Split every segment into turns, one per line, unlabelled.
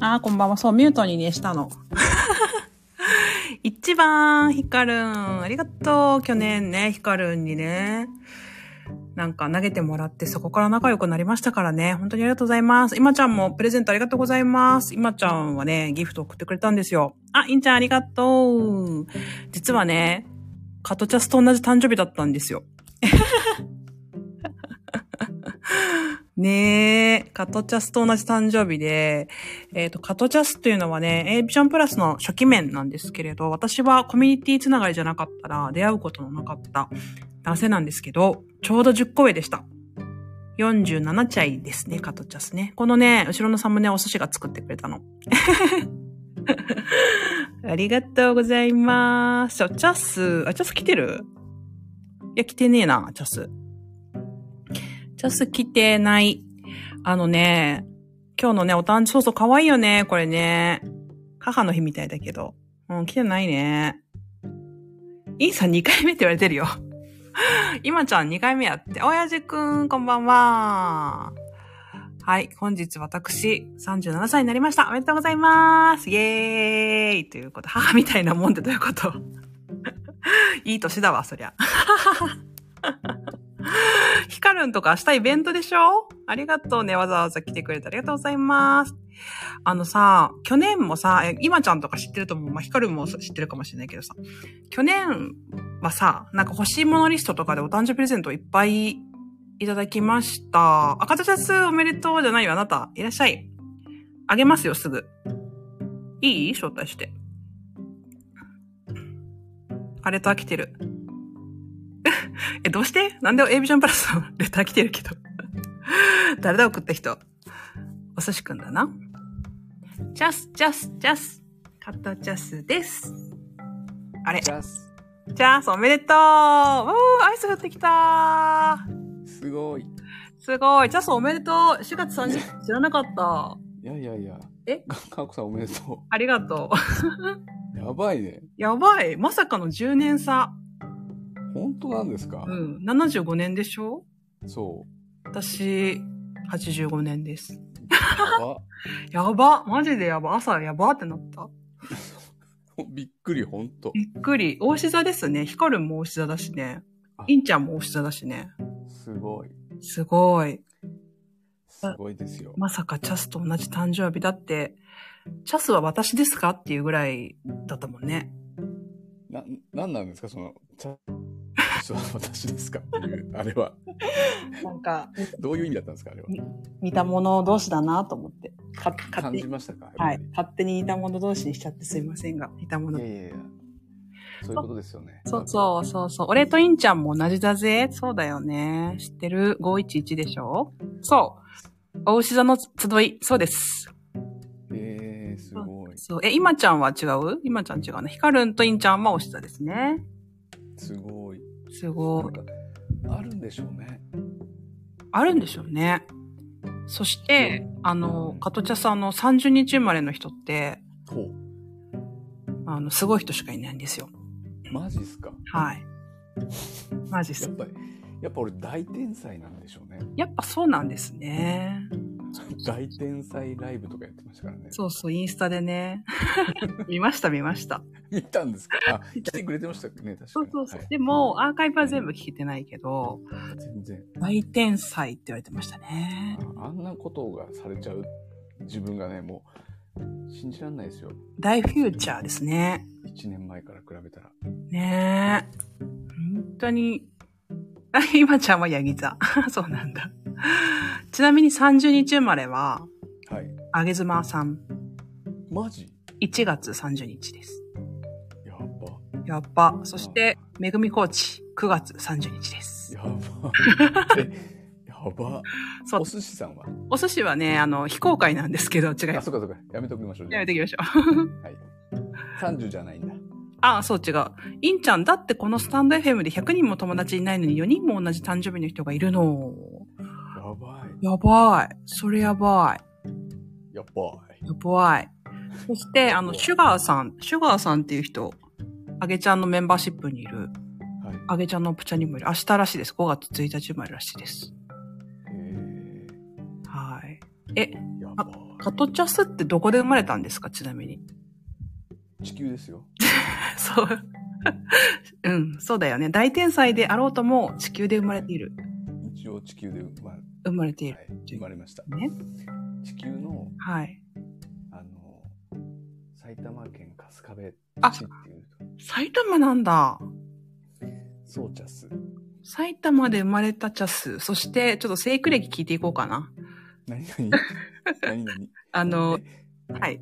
あー、こんばんは。そう、ミュートにね、したの。
一番、ヒカルン。ありがとう。去年ね、ヒカルンにね。なんか投げてもらって、そこから仲良くなりましたからね。本当にありがとうございます。今ちゃんもプレゼントありがとうございます。今ちゃんはね、ギフト送ってくれたんですよ。あ、インちゃんありがとう。実はね、カトチャスと同じ誕生日だったんですよ。 ねえ、カトチャスと同じ誕生日で、えっ、と、カトチャスっていうのはね、A ビジョンプラスの初期面なんですけれど、私はコミュニティつながりじゃなかったら出会うことのなかった男性なんですけど、ちょうど10個上でした。47チャイですね、カトチャスね。このね、後ろのサムネはお寿司が作ってくれたの。 ありがとうございます。あチャス、あ、チャス来てるいや、来てねえな、チャス。チャス来てない。あのね、今日のね、お誕生、そうそう、可愛いよね、これね。母の日みたいだけど。うん、来てないね。インさん2回目って言われてるよ。 今ちゃん2回目やって。親父くん、こんばんは。はい、本日私、37歳になりました。おめでとうございます。イエーイということ。母みたいなもんでということ。 いい年だわ、そりゃ。 ヒカルンとか明日イベントでしょありがとうね。わざわざ来てくれてありがとうございます。あのさ、去年もさ、え今ちゃんとか知ってると思う。まあ、ヒカルンも知ってるかもしれないけどさ。去年はさ、なんか欲しいものリストとかでお誕生日プレゼントいっぱいいただきました。赤とシャツおめでとうじゃないよ、あなた。いらっしゃい。あげますよ、すぐ。いい招待して。あ、レター来てる。 え、どうしてなんで A ビジョンプラスの レター来てるけど。誰だ送った人お寿司くんだな。ジャス、ジャス、ジャス。カッタジャスです。あれ
ジャス
ジャスおめでとううーアイス降ってきた
すごい。い
すごいジャスおめでとう !4 月30日知らなかった。
やいやいや。
え
かかこさんおめでと
ありがとう。
う。やばいね。
やばいまさかの10年差。
本当なんですか、
うん。75年でしょ
そう。
私、85年です。
やば。
やばマジでやば朝やばってなった。
びっくり、ほんと。
びっくり。大志座ですね。ヒカルンも大志座だしね
あ。
インちゃんも大志座だしね。
すごい。
すごい。
すごいですよ。
まさかチャスと同じ誕生日だって、チャスは私ですかっていうぐらいだったもんね。
な、なんなんですかその、ちゃ 私ですかっていう、あれは。
なんか、
どういう意味だったんですかあれは。
似た者同士だなと思って。か勝
感
手
じ
に。
ましたか
は
や
い
っ。
勝手に似た者同士にしちゃってすいませんが、似た
ぱ
は
り
い
いやいやいや。そういうことですよね。
そうそうそうそう。俺とインちゃんも同じだぜ。そうだよね。知ってる ?511 でしょそう。お牛座の集い。そうです。
う。えー、すごい。
そう。え、今ちゃんは違う今ちゃん違うね。ヒカルンとインちゃんはお牛座ですね。
すごい。
す
な
ごい
ん。か、あるんでしょうね。
あるんでしょうね。そして、あの、カトチャさんの30日生まれの人って、
ほう。
あの、すごい人しかいないんですよ。
マジっすか
はい。マジっ
や
す
っ。ぱり、やっぱ俺大天才なんでしょうね。
やっぱそうなんですね。
大天才ライブとかやってましたからね。
そうそう、インスタでね。 見ました、見ました。
見たんですかあ、来てくれてましたね、確かに。
そうそうそう。
はい
でも、アーカイブは全部聞けてないけど、
全然
大天才って言われてましたね。
あ。あんなことがされちゃう自分がね、もう、信じらんないですよ。
大フューチャーですね。
1年前から比べたら。
ねえ。本当に。あ、今ちゃんはヤギ座。 そうなんだ。ちなみに30日生まれは、
はい。
あげずまさん、
マジ
1月30日です。
やば。
やっば。そして、めぐみコーチ、9月30日です。
やば。えやば。
そう
お、寿司さんは
お寿司はね、あの、非公開なんですけど、違いま
あ、
す。
そっかそっか。やめときましょう。
やめていきましょう。
はい。30じゃないんだ。
あ、そう違う。インちゃん、だってこのスタンド FM で100人も友達いないのに4人も同じ誕生日の人がいるの。
やばい。
やばい。それやば
やばい。
い。やばい。そして、あの、シュガーさん、シュガーさんっていう人、あげちゃんのメンバーシップにいる。
はい。
あげちゃんのプチャにもいる。明日らしいです。5月1日生まれらしいです。
え
はい。え、
ー、やばい。
カトチャスってどこで生まれたんですかちなみに。
地球ですよ。
そう。 うん、そうだよね。大天才であろうとも地球で生まれている。
一応地球で生まれ,、
生まれている
は。い、生まれました。
ね
地球の、
はい。
あの、埼玉県春日
あ
部市っていう、
埼玉なんだ。
ソーチャス。
埼玉で生まれたチャス。そして、ちょっと生育歴聞いていこうかな。
何々 何々
あの、はい。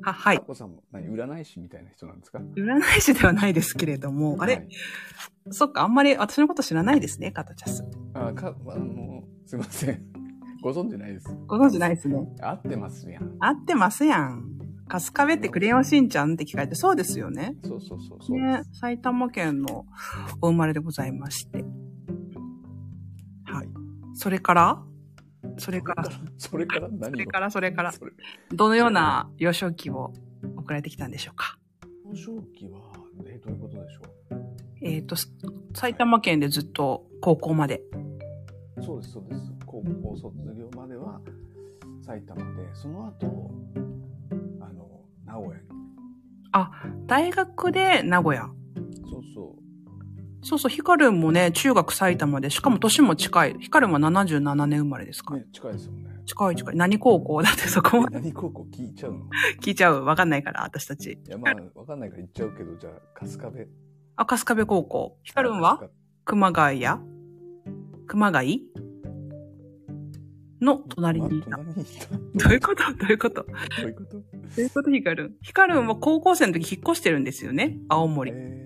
は、は
あ
い。
こさんも、何占い師みたいな人なんですか
占い師ではないですけれども、あれ、
はい
そっか、あんまり私のこと知らないですね、カトチャス。
あ、か、あの、すいません。 ご存知ないです。
ご存知ないですね。
合ってますやん。
合ってますやん。春日部ってクレヨンしんちゃんって聞かれて、そうですよね。
そうそうそうそうで
ね
す。、
埼玉県のお生まれでございまして。はい。それからそれから、
それから何を
それから、それから、
それ
どのような幼少期を送られてきたんでしょうか。
幼少期は、え、どういうことでしょ
えっ、と、す埼玉県でずっと高校まで。
うそうです、そうです。高校卒業までは埼玉で、その後、あの、名古屋に。
大学で名古屋。
そうそう。
そうそう、ヒカルンもね、中学埼玉で、しかも年も近い。ヒカルンは77年生まれですか、
ね、近いですよね。
近い近い。何高校だってそこ
え
まで
何高校聞いちゃうの
聞いちゃう。わかんないから、私たち。
いや、まあ、わかんないから言っちゃうけど、じゃあ、春日部。
あ、春日部高校。ヒカルンは熊谷熊谷の隣にいた。
まあ隣にいた。
どういうことどういうことど
どういうこと
ういうことヒカルン。ヒカルンは高校生の時引っ越してるんですよね。青森。
えー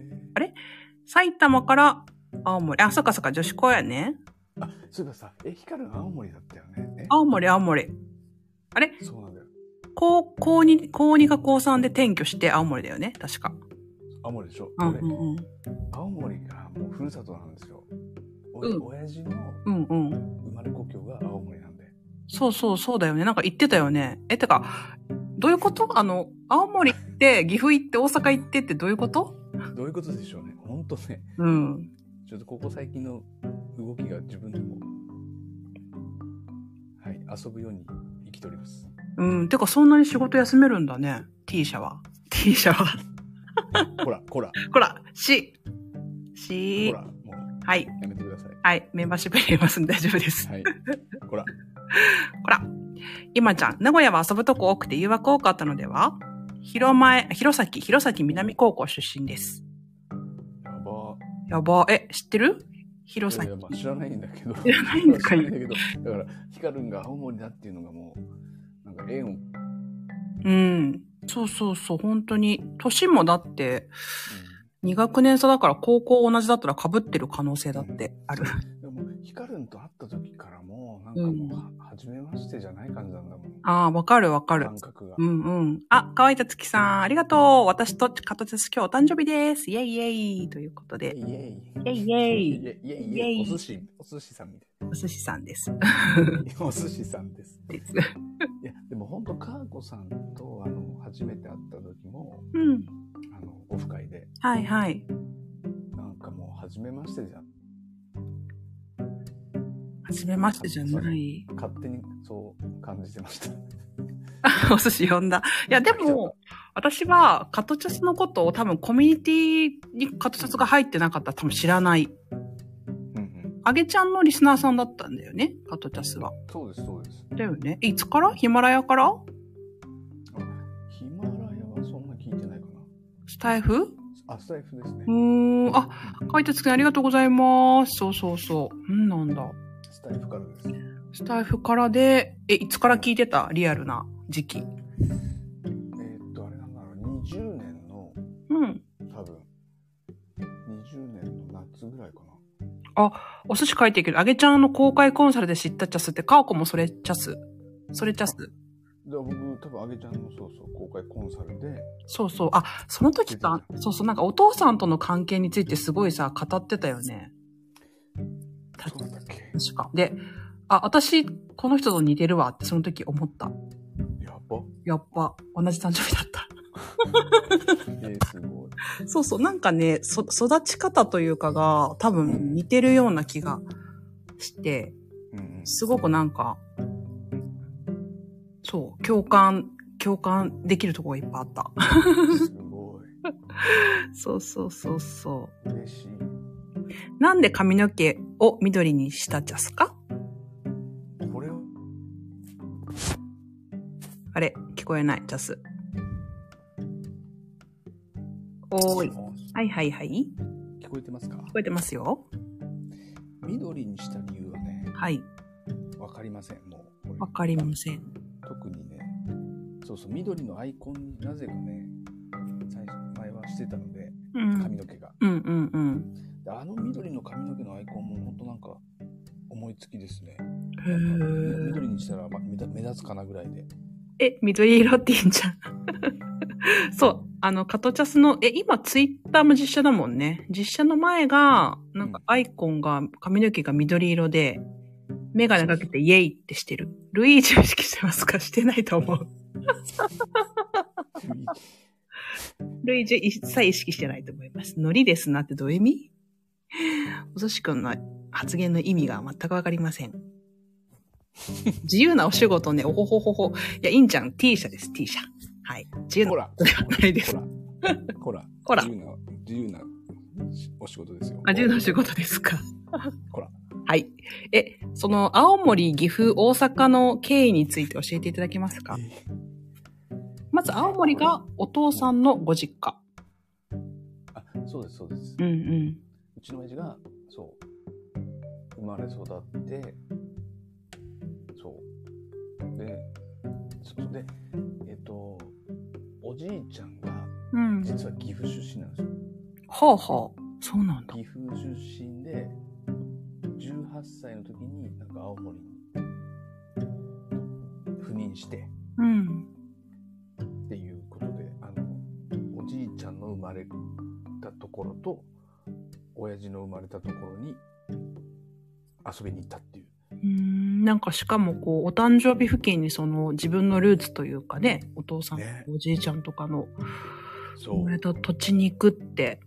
埼玉から青森。あ、そっかそっか、女子校やね。
あ、そういえばさ、え、ヒカル青森だったよね。
青森、青森。
え、そうなんだよ。
高高2、高2か高3で転居して青森だよね。確か。
青森でしょ。
うん
俺、
うん
青森がもうふるさとなんですよ。お
うん
親父の
うん。うんうん。
生まれ故郷が青森なんで。
そうそう、そうだよね。なんか言ってたよね。え、てか、どういうことあの、青森行って、岐阜行って、大阪行ってってどういうこと
どういうことでしょうね。ほんとね、
うん。
ちょっとここ最近の動きが自分でも、はい、遊ぶように生きております。
うん。てか、そんなに仕事休めるんだね。T 社は。T 社は。
こら、こら、
ほら、C。
こ
C
ら、。もう
はい。
やめてください。
はい。メンバーシップ入れますんで 大丈夫です。
はい、こら。
ほら。今ちゃん、名古屋は遊ぶとこ多くて誘惑多かったのでは広前、広崎、広崎南高校出身です。
やば
やば。え、知ってる広
いやいや、
崎。
まあ、知らないんだけど。
知らないんだかい
知らないんだけど。だから、ヒカルンが青森だっていうのがもう、なんか縁を
うん。そうそうそう。本当に。年もだって、2学年差だから高校同じだったら被ってる可能性だってある。
でも、ヒカルンと会った時からも、なんかもうは、初めましてじゃない感じなんだもん。
ああ、わかるわかる。
感覚が。
うんうん。あ、乾いた月さん、ありがとう。私とカトチャス今日お誕生日です。イェイイェイということで。
イエイ。
イェイイェイ
イイエイ。イエイ
イエイ
お寿司、お寿司さんみた
お寿司さんです。
いな。お寿司さんです。
です
いや、でも本当、カーコさんと、あの、初めて会った時も、
うん。
あの、オフ会で、
はいはい。
なんかもう、初めましてじゃん。
はじめましてじゃない。
勝手にそう感じてました。
お寿司呼んだ。いや、でも、私はカトチャスのことを多分コミュニティにカトチャスが入ってなかったら多分知らない。
うんうん。
あげちゃんのリスナーさんだったんだよね、カトチャスは。
そうです、そうです。
だよね。いつからヒマラヤから
ヒマラヤはそんな聞いてないか
スタイフ
な。あ、スタイフですね
う。ーん。あ、書いてつけありがとうございます。そうそうそう。うん、なんだ。
スタイフからです。
スタイフからで、え、いつから聞いてたリアルな時期。
えーっと、あれなんだろう、20年の、
うん。
多分、20年の夏ぐらいか
お寿司書いていける。あげちゃんの公開コンサルで知ったチャスって、かおこもそれチャス。それチャス。
な。で、僕、多分、あげちゃんの、そうそう、公開コンサルで、
そうそう。あ、その時さ、そうそう、なんかお父さんとの関係についてすごいさ、語ってたよね。た
そうだったっけ
確か。で、あ、私、この人と似てるわって、その時思った。
やば。
やっぱ、同じ誕生日だった。
えー、すごい。
そうそう、なんかね、そ育ち方というかが、多分似てるような気がして、
うんうん。
すごくなんか、そう、共感、共感できるところがいっぱいあった。
すごい。
そうそうそうそ
嬉しい。
う。なんで髪の毛を緑にしたじゃすか
これを、
あれ、聞こえない、ジャス。おーい。はいはいはい。聞
聞こえてますか
こえてますよ。
緑にした理由はね、
はい。
わかりません。もう、これ
わかりません。
特にね、そうそう、緑のアイコンになぜかね、最初、前はしてたので、
うん。う
髪
ん
の毛が。
うんうん。
であの緑の髪の毛のアイコンも、ほんとなんか、思いつきですね。
へー
緑にしたら、ま、目立目立つかなぐらいで。
え、緑色って言うんじゃん。 そう。あの、カトチャスの、え、今ツイッターも実写だもんね。実写の前が、なんかアイコンが、髪の毛が緑色で、メガネかけてイエイってしてる。ルイージを意識してますかしてないと思う。 ルイージ一切意識してないと思います。ノリですなってどういう意味おそしくんの発言の意味が全くわかりません。自由なお仕事ね、おほほほほ。いや、いいんじゃん。T 社です、T 社。はい。自由な
ほら、
ないです。
ほら、
ほら
自由な、自由なお仕事ですよ。
あ、自由なお仕事ですか。
ほら。
はい。え、その、青森、岐阜、大阪の経緯について教えていただけますか
え
まず、青森がお父さんのご実家。
あ、そうです、そうです。
んうん。
うちの親父が、そう、生まれ育って、そう。で、そうで、えっと、おじいちゃんが、
うん。
実は岐阜出身なんですよ。
ほうほう。そうなんだ。
岐阜出身で、18歳の時に、なんか青森に、赴任して、
うん。
っていうことであのおじいちゃんの生まれたところと親父の生まれたところに遊びに行ったっていう
うんなんかしかもこう、お誕生日付近にその自分のルーツというかね、お父さん、
ね
おじいちゃんとかの、
そ
生
う
まれた土地に行くって、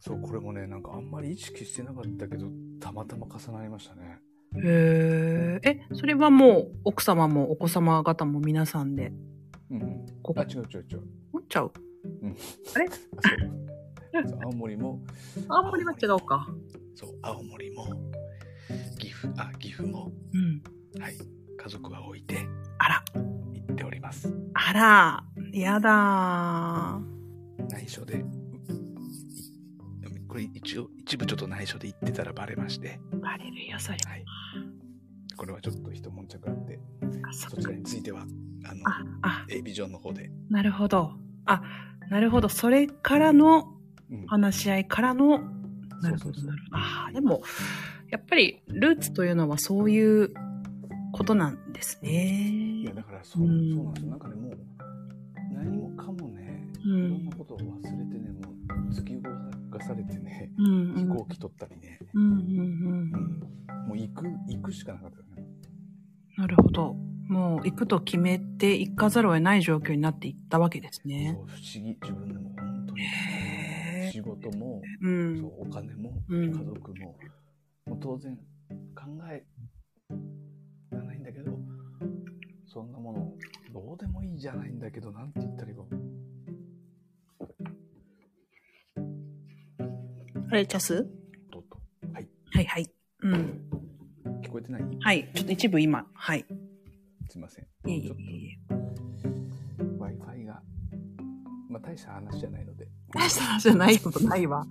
そうこれもねなんかあんまり意識してなかったけどたまたま重なりましたね
へえ、え、それはもう奥様もお子様方も皆さんで、
うんうん
こ
あ
こ、
違う違う違う
持っちゃう。
あそうそう青森も
あんまりは違うか。
そう青森も岐阜あ岐阜も
うん。
はい家族は置いて
あら、
行っております
あら、やだー。
内緒でいこれ一応一部ちょっと内緒で行ってたらバレまして
バレるよ、それ。
はい。これはちょっと一悶着あって、
あ、そ
そ
っ
ち。
から
については、あの、
あ、あ、
A ビジョンの方で。
なるほど。あ、なるほど。それからの
うん
話し合いからの、なる
そ
ほど、
うそうそう
なるほど。ああ、でも、やっぱりルーツというのはそういうことなんです
いや、
ね。
だからそう、
うん
そうなんですよ。なんかね、もう、何もかもね、
う
いろん
ん
な。ことを忘れてね、もう、突き動かされてね、
うんう
飛
ん。
行機取ったりね、
うんうん
う
うん。
んもう行く、行くしかなかったよね。
なるほど。もう行くと決めて行かざるを得ない状況になっていったわけですね
そ。う、不思議、自分でも本当に。
へー
仕事も、
う
そ
ん。
う、お金も、
うん
家族も、もう当然、考えがないんだけど、そんなもの、どうでもいいじゃないんだけど、なんて言ったらいいか。
あれ、チャス
とっと。
はいはい。うん。
聞こえてない
はい。ちょっと一部今。はい。
すいません。
いえい
ちょ
え
っ
いえ。
と Wi-Fi が、まあ大した話じゃないので。
大した話じゃないことないわ。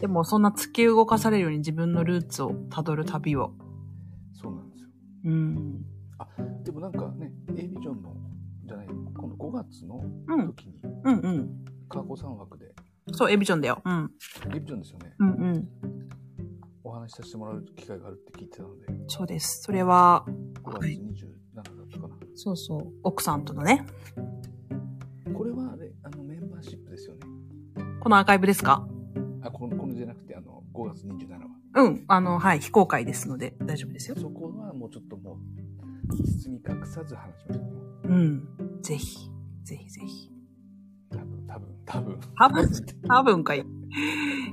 でも、そんな突き動かされるように自分のルーツをたどる旅を。
そうなんですよ。
うん。
でもなんかね、A ビジョンの、じゃない、今度5月の
うん。
時に、
うんうん。
カーゴ3枠で、
そう、エビジョンだよ。うん。
A ビジョンですよね。
うんうん。
お話しさせてもらう機会があるって聞いてたので、5
そうです。それは、
月
はい
27だったかな。
そうそう。奥さんとのね。
これはあれあのメンバーシップですよね。
このアーカイブですか
あ、この、このじゃなくて、あの、5月27は。
うん。あの、はい。非公開ですので大丈夫ですよ。
そこはもうちょっともう、包み隠さず話しましょうね。
うん。ぜひ。ぜひぜひ。
多分、多分、多分。
多分、多分かい。い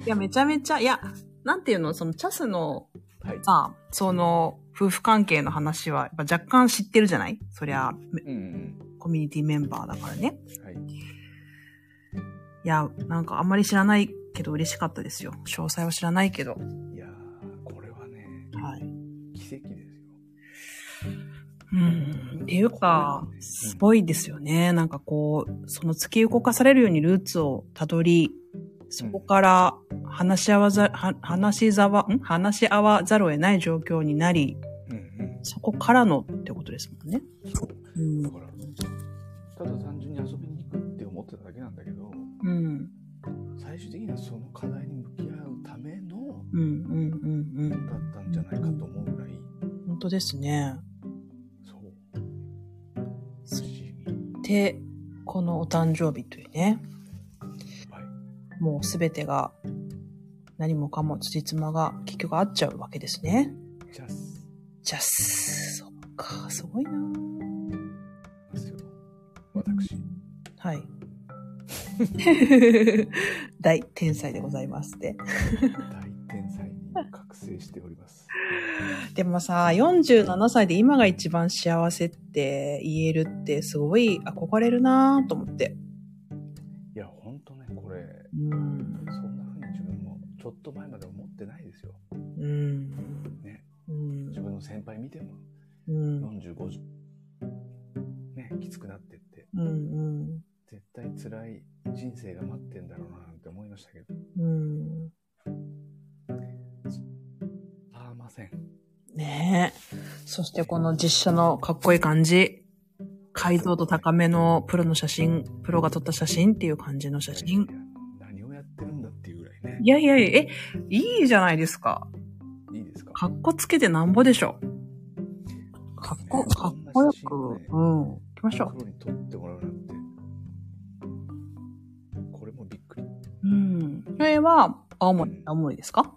や、めちゃめちゃ、いや、なんていうの、その、チャスの
はい。
さ、その、夫婦関係の話は、やっぱ若干知ってるじゃないそりゃ、め
うん
コミュニティメンバーだからね。
うん。はい。
いや、なんかあんまり知らないけど嬉しかったですよ。詳細は知らないけど。
いやー、これはね、
はい。
奇跡ですよ。
うん。っていうか
う、ん
すごいですよね。なんかこう、その突き動かされるようにルーツをたどり、そこから話し合わざ、は話しざわ、ん話し合わざるを得ない状況になり、
うんうん。
そこからのってことですもんね。
そう。
うん
だ。から、ただ単純に遊びに行くって思ってただけなんだけど、
うん。
最終的にはその課題に向き合うための
うん。うん。うん。うん。
だったんじゃないかと思うぐらい、
本当ですね。
そう。不思議。
で、このお誕生日というね、
はい。
もうすべてが、何もかも辻褄が結局合っちゃうわけですね。
ジャス
じゃあ、そっか、すごいな
ですよ。私。
はい。 大天才でございますって。
大天才に覚醒しております。
でもさ、47歳で今が一番幸せって言えるってすごい憧れるなと思って。
いや、ほんとね、これ、
うん。
そんな風に自分もちょっと前まで思ってないですよ。
うん。
ね
うん
自。分の先輩見ても、
うん。
40、50、ね、きつくなってって、
うん。
絶対辛い人生が待ってんだろうなって思いましたけど、
うん。
あーません。
ねえ。そしてこの実写のかっこいい感じ。解像度高めのプロの写真、プロが撮った写真っていう感じの写
いやい
真。
や何をやってるんだっていうぐらいね。
いやいやいや、え、いいじゃないですか。
いいですか
かっこつけてなんぼでしょ。かっこ、
ね
かっこよく、うん。行きましょ
黒に撮ってもらうなんて、これもびっくり。
う。うん。これは、青森、青森ですか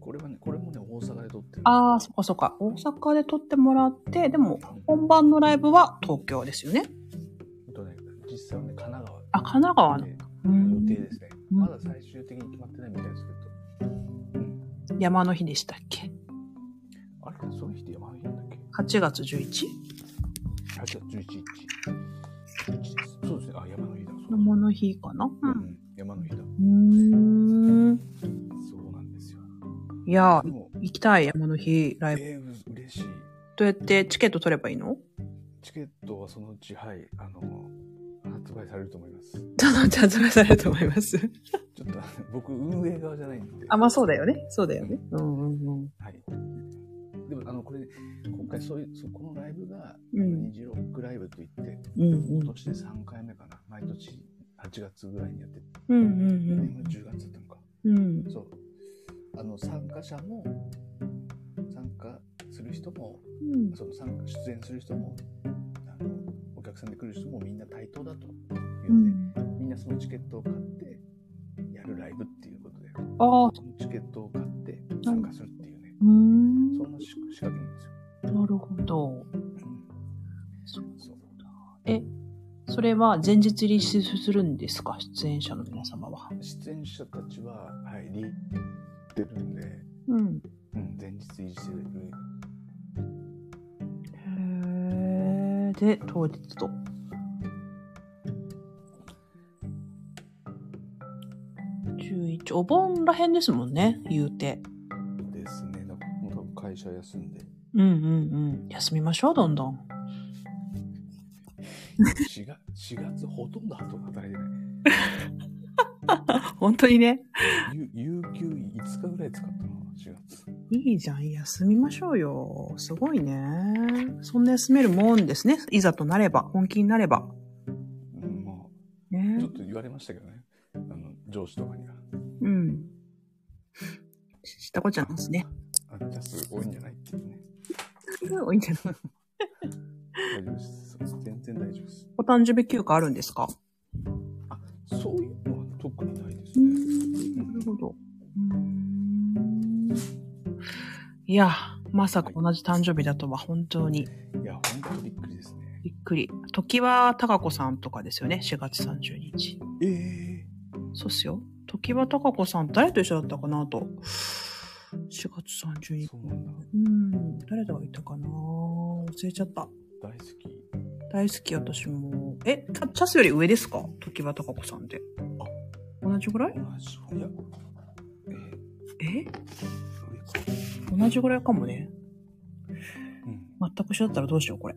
これはね、これもね、大阪で撮ってる。
ああ、そっかそっか。大阪で撮ってもらって、でも、本番のライブは東京ですよね。
えっとね、実際はね、神奈川
あ、神奈川の。
で
う
予定
ん。
ですね。
うん
まだ最終的に決まってないみたいですけど。
山の日でしたっけ
あれその日って山の日なんだっけ
?8 月 11?
あ、じゃあ11日。11そうですね。あ、山の日だ。そう
山の日かな
うんうん、山の日だ。
うん。うーん。
そうなんですよ。
いや
で、も、
行きたい、山の日、ラ
え
イブ。
ー、う嬉しい。
どうやってチケット取ればいいの
チケットはそのうち、はい、あの、発売されると思います。
どうって集めされると思います。
ちょっと、僕、運営側じゃないんで。
あ、まあそうだよね。そうだよね。うんうんうん。
はい。でも、あの、これ、今回、そういう、そうこのライブが、
うん
ニジロックライブといって、
うん
今年で3回目かな。毎年8月ぐらいにやってて、
うんう
去
ん
年は10月だったのか。
うん。うん
そう。あの、参加者も、参加する人も、
うん。
その参加、出演する人も、あの、お客さんで来る人もみんな対等だというので、みんなそのチケットを買って、やるライブっていうことで、
ああ、
そのチケットを買って参加するっていうね、
うーん。
そんな仕仕掛けなんですよ。
なるほど。
うんそう
それは前日リリースするんですか出演者の皆様は。
出演者たちは、はい、リーってるんで、
うん。
うん、前日維持してる。
へえ。で、当日と。11お盆らへんですもんね、言うて。
ですね。だからもう多分会社休んで、
うんうんうん。休みましょう、どんどん。
4月、4月ほとんど働いてない。
本当にね。
有有給5日ぐらい使ったの4月。
いいじゃん、休みましょうよ。すごいね。そんな休めるもんですね。いざとなれば、本気になれば。
うん、まあ、ちょ
ね
っ。と言われましたけどね。あの、上司とかには。
うん。知ったことじゃないですね。
あんた数多いんじゃないっていうね。
多いんじゃない
大丈夫です。全然大丈夫です。
お誕生日休暇あるんですか
あ、そういうのは特にないですね。
なるほど。いや、まさか同じ誕生日だとは本当に
いや、ほんとびっくりですね。
びっくり。時は高子さんとかですよね、4月30日。
ええ
そうっすよ。時は高子さん、誰と一緒だったかなと4月30日。
そうなんだ。
うん、誰だがいたかな忘れちゃった。
大好き。
大好き、私も。え、かチャスより上ですか時葉貴子さんで。同じぐらい
同じ。いや、えー、
え
上か。
同じぐらいかもね。
うん。
全く一緒だったらどうしよう、これ。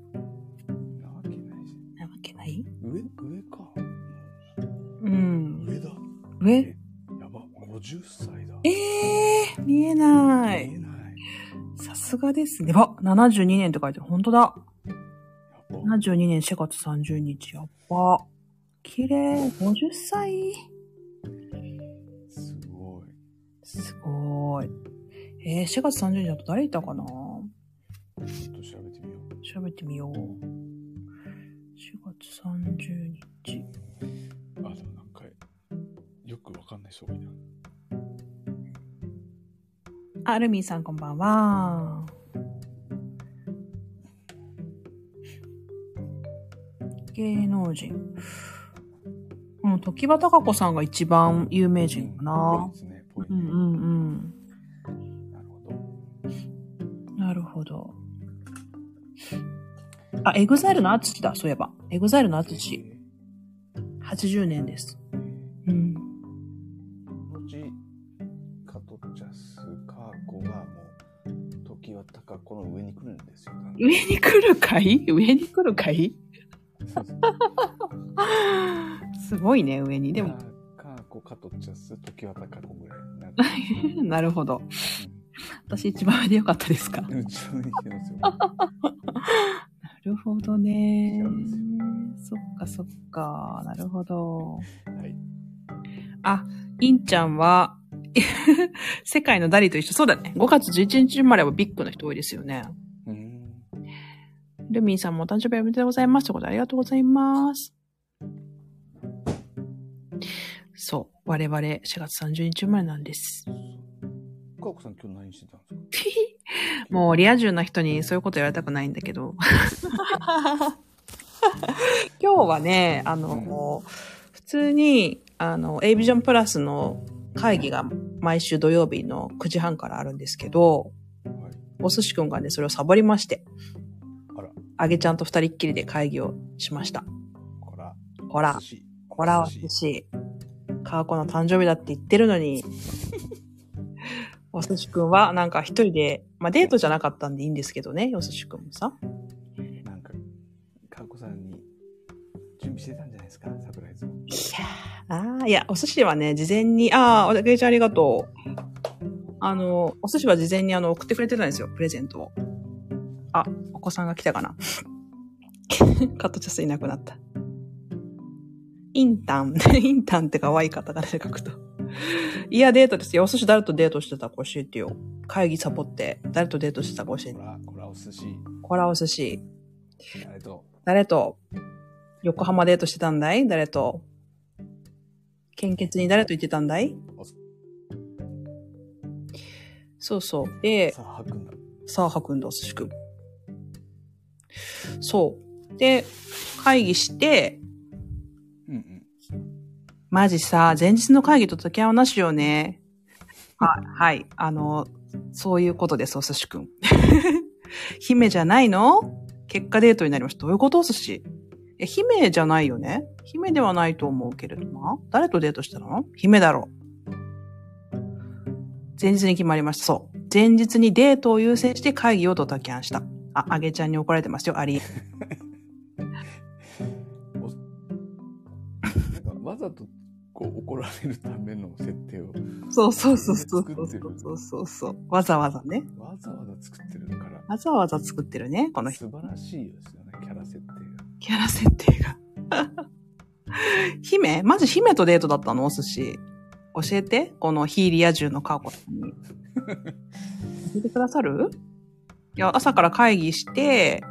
なわけないし。
なわけない
上、上か。
うん。
上だ。
上
やば、50歳だ。
えー、見えな
見
い。
えない。
さすがですね。わ、72年って書いてある。ほんとだ。
やば。
72年4月30日。やっば。綺麗。50歳。
すごい。
すごーい。えー、4月30日だと誰いたかな
ちょっと調べてみよう。
調べてみよう。4月30日。
あ、でもなんか、よくわかんない人多いな。
アルミンさんこんばんは。芸能人。うん、時葉貴子さんが一番有名人か
ぽい
な。
ですね。ぽいうね
んうんうん。
なるほど。
なるほど。あ、エグザイルのアツシだ、そういえば。エグザイルのアツシ。80年です。
えー
うん。
後、カトチャス、カーコがもう、時は高子の上に来るんですよ。
上 に来るかい上に来るかい すごいね、上に。でも、。
カーコ、カトチャス、時は高子ぐらいになる。
なるほど。私一番上でよかったですか。な
うん。うちのに来てますよ。
るほどね
違うん。
そっかそっか。なるほど。
はい。
あ、インちゃんは、 世界のダリと一緒。そうだね。5月11日生まれはビッグな人多いですよね。
うん。
ルミンさんもお誕生日おめでとうございます。ということでありがとうございます。そう。我々4月30日生まれなんです。
カーコさん今日何してたんですか
もうリア充な人にそういうこと言われたくないんだけど。 今日はね、あの、
うん
もう、普通に、あの、A ビジョンプラスの会議が毎週土曜日の9時半からあるんですけど、
はい。
お寿司くんがね、それをサボりまして、
あら、
あげちゃんと二人っきりで会議をしました。
こら。
ほら
寿、司。
ほら、
寿司
私、カーコの誕生日だって言ってるの に、お寿司くんはなんか一人で、まあデートじゃなかったんでいいんですけどね、お寿司くんもさ。
なんか、かっこさんに準備してたんじゃないですか、サプライズを。
ああ、いや、お寿司はね、事前に、ああ、おけいちゃんありがとう。あの、お寿司は事前にあの送ってくれてたんですよ、プレゼントを。あ、お子さんが来たかな。 カットチャスいなくなった。インタン、 インタンって可愛い方がね、書くと。いや、デートですよ。お寿司誰とデートしてたか教えてよ。会議サボって、誰とデートしてたか教え
こ
て。
ら、こら、お寿司。
こらお寿司。
あれと、
誰と横浜デートしてたんだい誰と献血に誰と行ってたんだい
お
そうそう。で、
さあ、はくんだ。
さあ、はくんだ、お寿司くん。そう。で、会議して、
うんうん。
マジさ、前日の会議と解き合わなしよね。あ、はい。あの、そういうことです、お寿司くん。 姫じゃないの結果デートになりました。どういうことお寿司。いや、姫じゃないよね姫ではないと思うけれどな。誰とデートしたの姫だろう。前日に決まりました。そう。前日にデートを優先して会議をドタキャンした。あ、あげちゃんに怒られてますよ。ありえ。
なんか、わざと、こう、怒られるための設定を、
そうそうそうそう
作ってる
そうそうそう。わざわざね。
わざわざ作ってるから、
わざわざ作ってるね、この人
素晴らしいですよね、キャラ設定が。
キャラ設定が。 姫マジ姫とデートだったのお寿司。教えてこのヒーリア充のカーコさんに。教えてくださるいや、朝から会議して、